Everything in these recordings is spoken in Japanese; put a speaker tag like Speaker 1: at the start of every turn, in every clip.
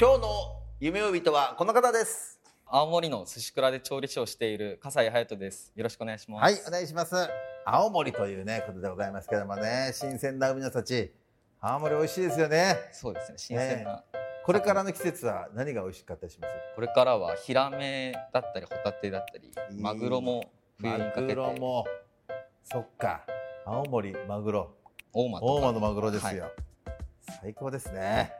Speaker 1: 今日の夢追い人はこの方です
Speaker 2: 青森の寿司蔵で調理師をしている笠井隼人です。よろしくお願いします。
Speaker 1: はいお願いします青森というねことでございますけどもね新鮮な海の幸青森美味しいですよね
Speaker 2: そうですね。新鮮な。
Speaker 1: これからの季節は何が美味しかったりします
Speaker 2: これからはヒラメだったりホタテだったり
Speaker 1: いい
Speaker 2: マグロも冬に
Speaker 1: マ
Speaker 2: かけ
Speaker 1: グ
Speaker 2: て
Speaker 1: ロもそっか青森マグロ
Speaker 2: 大間とか
Speaker 1: 大間のマグロですよ、
Speaker 2: は
Speaker 1: 最高ですね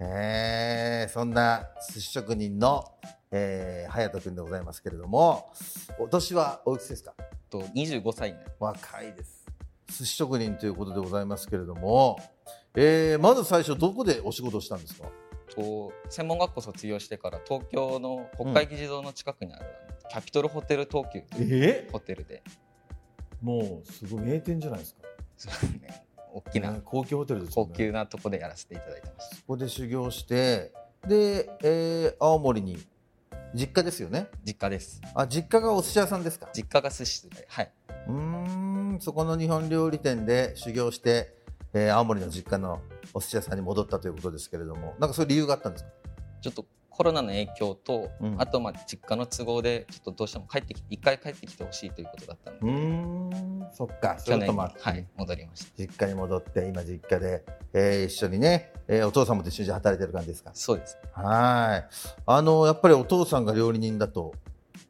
Speaker 1: えーそんな寿司職人の、えー、隼人君でございますけれどもお年はおいくつですか
Speaker 2: いと25歳になり
Speaker 1: 若いです寿司職人ということでございますけれども、えーまず最初どこでお仕事をしたんですか
Speaker 2: と専門学校卒業してから東京の国会議事堂の近くにある、キャピトルホテル東急という
Speaker 1: え
Speaker 2: ホテルで、
Speaker 1: もうすごい名店じゃないですか
Speaker 2: そうですね。大きな
Speaker 1: 高級ホテルですよ
Speaker 2: 高
Speaker 1: ね
Speaker 2: 級なとこでやらせていただいてました。
Speaker 1: ここで修行してで、えー青森に実家ですよね
Speaker 2: 実家です。
Speaker 1: あ実家がお寿司屋さんですか
Speaker 2: 実家が寿司で、はい。
Speaker 1: うーんそこの日本料理店で修行して、えー青森の実家のお寿司屋さんに戻ったということですけれどもなんかそういう理由があったんですか
Speaker 2: ちょっとコロナの影響と、
Speaker 1: うん
Speaker 2: あとまあ実家の都合でちょっとどうしても帰ってき一回帰ってきてほしいということだったので、
Speaker 1: んそっか
Speaker 2: 去年に
Speaker 1: まあ
Speaker 2: はい戻りました。
Speaker 1: 実家に戻って今実家で、えー一緒にね、えーお父さんもと一緒に働いてる感じですか
Speaker 2: そうです。
Speaker 1: はーいあのやっぱりお父さんが料理人だと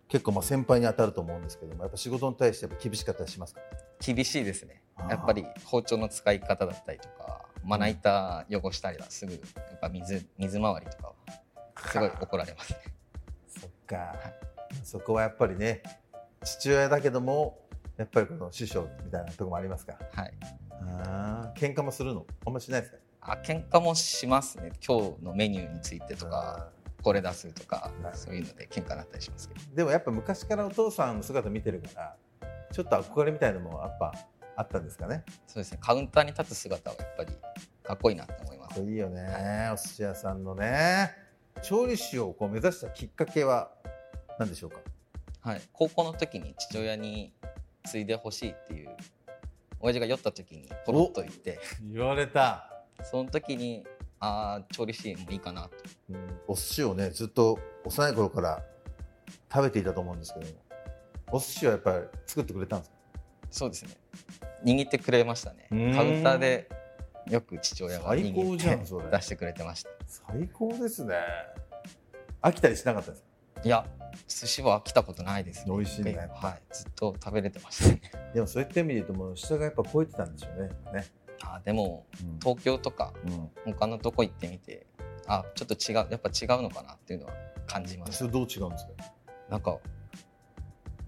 Speaker 1: 結構まあ先輩に当たると思うんですけどもやっぱ仕事に対してやっぱ厳しかったりしますか
Speaker 2: 厳しいですね
Speaker 1: あー。
Speaker 2: やっぱり包丁の使い方だったりとか、まな板汚したりだすぐやっぱ水水回りとかはすごい怒られ ますね。
Speaker 1: そっか、そこはやっぱりね父親だけどもやっぱりこの師匠みたいなとこもありますか
Speaker 2: はい。
Speaker 1: あー喧嘩もするのあんましないですか
Speaker 2: あ喧嘩もしますね。今日のメニューについてとか、これ出すとか
Speaker 1: なるほど
Speaker 2: そういうので喧嘩だったりしますけど。
Speaker 1: でもやっぱ昔からお父さんの姿見てるからちょっと憧れみたいなのもやっぱあったんですかね
Speaker 2: そうですね。カウンターに立つ姿はやっぱりかっこいいなと思います。
Speaker 1: いいよねお寿司屋さんのね調理師をこう目指したきっかけは何でしょうか
Speaker 2: はい、高校の時に父親に継いでほしいっていう親父が酔った時にポロッと言って
Speaker 1: 言われた、
Speaker 2: その時にああ調理師もいいかなと
Speaker 1: うんお寿司をねずっと幼い頃から食べていたと思うんですけどもお寿司はやっぱり作ってくれたんですか
Speaker 2: そうですね握ってくれましたね
Speaker 1: うーん
Speaker 2: カウンターでよく父親が
Speaker 1: 最高
Speaker 2: 握
Speaker 1: じゃん
Speaker 2: って
Speaker 1: それ
Speaker 2: 出してくれてました
Speaker 1: 最高ですね飽きたりしなかったですか
Speaker 2: いや寿司は飽きたことないですね
Speaker 1: 美味しいね
Speaker 2: はい、ずっと食べれてましたね
Speaker 1: でもそういった意味で言うともう下がやっぱ超えてたんでしょうねね、
Speaker 2: あーでも
Speaker 1: うん
Speaker 2: 東京とか
Speaker 1: うん、
Speaker 2: 他のとこ行ってみてあーちょっと違うやっぱ違うのかなっていうのは感じました
Speaker 1: それどう違うんですか
Speaker 2: なんか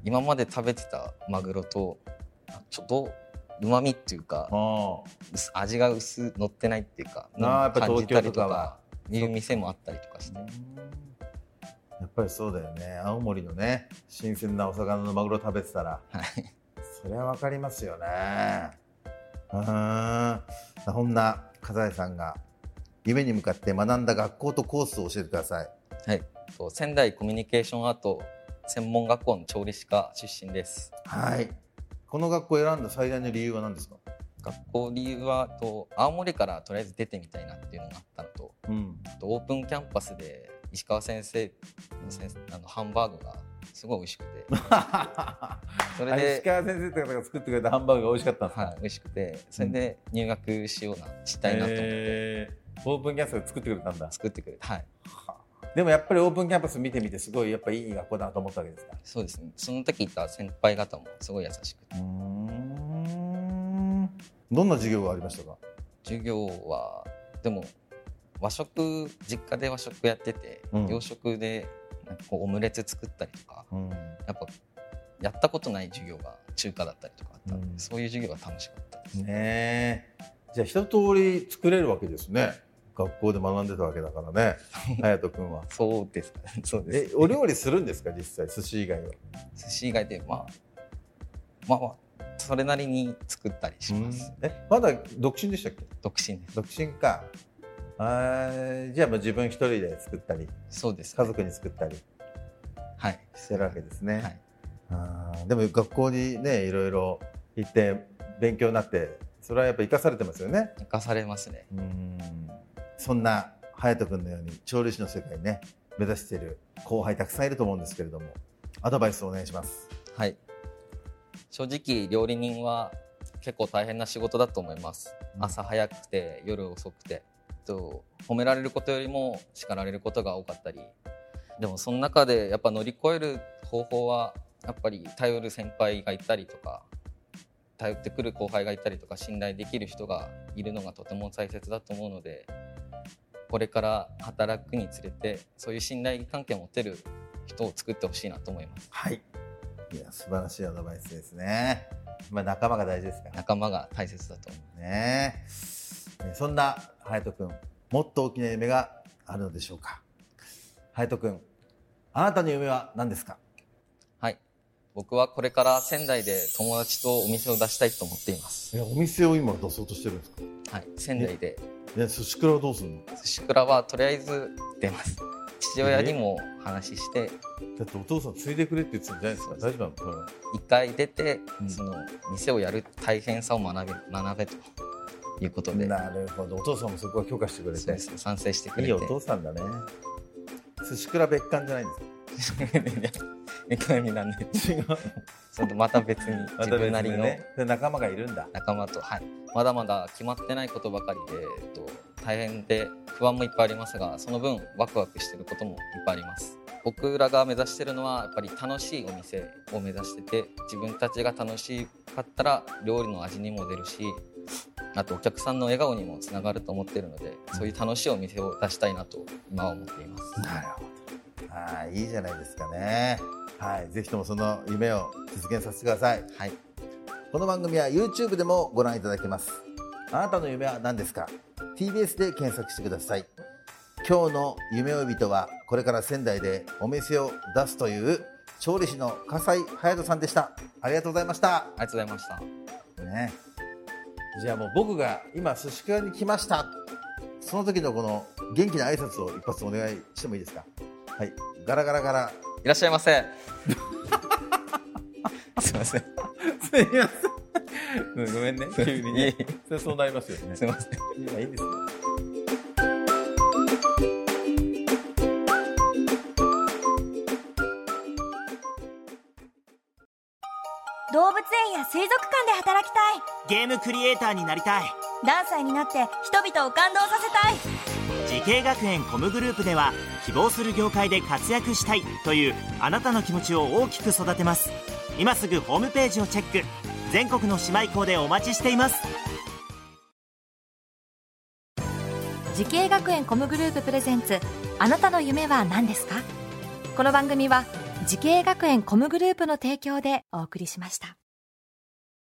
Speaker 2: 今まで食べてたマグロとあちょっとうまみっていうか
Speaker 1: あ
Speaker 2: 薄味が薄乗ってないっていうか
Speaker 1: あやっぱ
Speaker 2: 感
Speaker 1: 東
Speaker 2: じた
Speaker 1: 京
Speaker 2: り
Speaker 1: と
Speaker 2: と
Speaker 1: か
Speaker 2: か
Speaker 1: は
Speaker 2: いう店もあったりとかして
Speaker 1: やっぱりそうだよね青森のね新鮮なお魚のマグロ食べてたら
Speaker 2: はい
Speaker 1: それはわかりますよねうーんそんな笠井さんが夢に向かって学んだ学校とコースを教えてください
Speaker 2: と仙台コミュニケーションアート専門学校の調理師科出身です
Speaker 1: はいこの学校を選んだ最大の理由は何ですか、
Speaker 2: 学校理由はと青森からとりあえず出てみたいなっていうのがあったのと
Speaker 1: うん、
Speaker 2: あとオープンキャンパスで石川先生の先生あのハンバーグがすごい美味しくて それで
Speaker 1: 石川先生って方が作ってくれたハンバーグが美味しかったんですか、
Speaker 2: はい、美味しくてそれで入学しようなしたいなと思って、
Speaker 1: えーオープンキャンパスが作ってくれたんだ
Speaker 2: 作ってくれて、はい、
Speaker 1: でもやっぱりオープンキャンパス見てみてすごいやっぱいい学校だなと思ったわけですか
Speaker 2: そうですねその時いた先輩方もすごい優しくて
Speaker 1: うんどんな授業がありましたか
Speaker 2: 授業はでも和食実家で和食やってて、
Speaker 1: うん
Speaker 2: 洋食でなんかこうオムレツ作ったりとかやっぱやったことない授業が中華だったりとかあったんで、
Speaker 1: うん
Speaker 2: そういう授業が楽しかったです、
Speaker 1: ねえじゃあ一通り作れるわけですね学校で学んでたわけだからね隼人君は
Speaker 2: そうですか そうです
Speaker 1: えお料理するんですか実際寿司以外は
Speaker 2: 寿司以外でまあまあまあそれなりに作ったりします、
Speaker 1: えまだ独身でしたっけ
Speaker 2: 独身です
Speaker 1: 独身かあーじゃあもう自分一人で作ったり
Speaker 2: そうです、
Speaker 1: 家族に作ったり
Speaker 2: はい
Speaker 1: してるわけですね、
Speaker 2: はい
Speaker 1: あーでも学校にねいろいろ行って勉強になってそれはやっぱ生かされてますよね
Speaker 2: 生かされますね
Speaker 1: うんそんな隼人君のように調理師の世界ね目指している後輩たくさんいると思うんですけれどもアドバイスをお願いします
Speaker 2: はい正直料理人は結構大変な仕事だと思います
Speaker 1: うん
Speaker 2: 朝早くて夜遅くてと褒められることよりも叱られることが多かったりでもその中でやっぱ乗り越える方法はやっぱり頼る先輩がいたりとか頼ってくる後輩がいたりとか信頼できる人がいるのがとても大切だと思うのでこれから働くにつれてそういう信頼関係を持てる人を作ってほしいなと思います
Speaker 1: はいいや素晴らしいアドバイスですねまあ仲間が大事ですから
Speaker 2: 仲間が大切だと思います
Speaker 1: ねえそんな隼人君もっと大きな夢があるのでしょうか隼人君あなたの夢は何ですか
Speaker 2: はい。僕はこれから仙台で友達とお店を出したいと思っています。
Speaker 1: えお店を今出そうとしてるんですか
Speaker 2: はい。仙台で、
Speaker 1: ね、寿司クラはどうするの
Speaker 2: 寿司蔵はとりあえず出ます。父親にも話して、
Speaker 1: だってお父さん継いでくれって言ってたんじゃないですか大丈夫なの
Speaker 2: 一回出て、
Speaker 1: うん
Speaker 2: その店をやる大変さを学べ、学べということで、
Speaker 1: なるほどお父さんもそこは許可してくれ
Speaker 2: そうで
Speaker 1: て
Speaker 2: すね賛成してくれ
Speaker 1: い
Speaker 2: て。
Speaker 1: いお父さんだね寿司クラ別館じゃないんですか
Speaker 2: いや一回になんで、
Speaker 1: 違う
Speaker 2: それとまた別に自分な りの
Speaker 1: で仲間がいるんだ
Speaker 2: 仲間と、はい、まだまだ決まってないことばかりで、えっと、大変で不安もいっぱいありますがその分ワクワクしてることもいっぱいあります僕らが目指してるのはやっぱり楽しいお店を目指してて自分たちが楽しかったら料理の味にも出るしあとお客さんの笑顔にもつながると思ってるのでそういう楽しいお店を出したいなと今は思っています
Speaker 1: なるほどあーいいじゃないですかねはいぜひともその夢を実現させてください
Speaker 2: はい
Speaker 1: この番組は YouTube でもご覧いただけますあなたの夢は何ですか TBS で検索してください今日の夢追い人はこれから仙台でお店を出すという調理師の笠井隼人さんでしたありがとうございました
Speaker 2: ありがとうございました
Speaker 1: ねじゃあもう僕が今寿司屋に来ましたその時のこの元気な挨拶を一発お願いしてもいいですかはいガラガラガラ
Speaker 2: いらっしゃいませすいません
Speaker 1: すいませんご めんね急に
Speaker 2: いえい
Speaker 1: ねそれそうなりますよね
Speaker 2: すいません
Speaker 1: いいですよ
Speaker 3: 動物園や水族館で働きたい
Speaker 4: ゲームクリエイターになりたい
Speaker 3: 何歳になって人々を感動させたい
Speaker 4: 時系学園コムグループでは希望する業界で活躍したいというあなたの気持ちを大きく育てます今すぐホームページをチェック全国の姉妹校でお待ちしています
Speaker 5: 時系学園コムグループプレゼンツあなたの夢は何ですかこの番組は時系学園コムグループの提供でお送りしました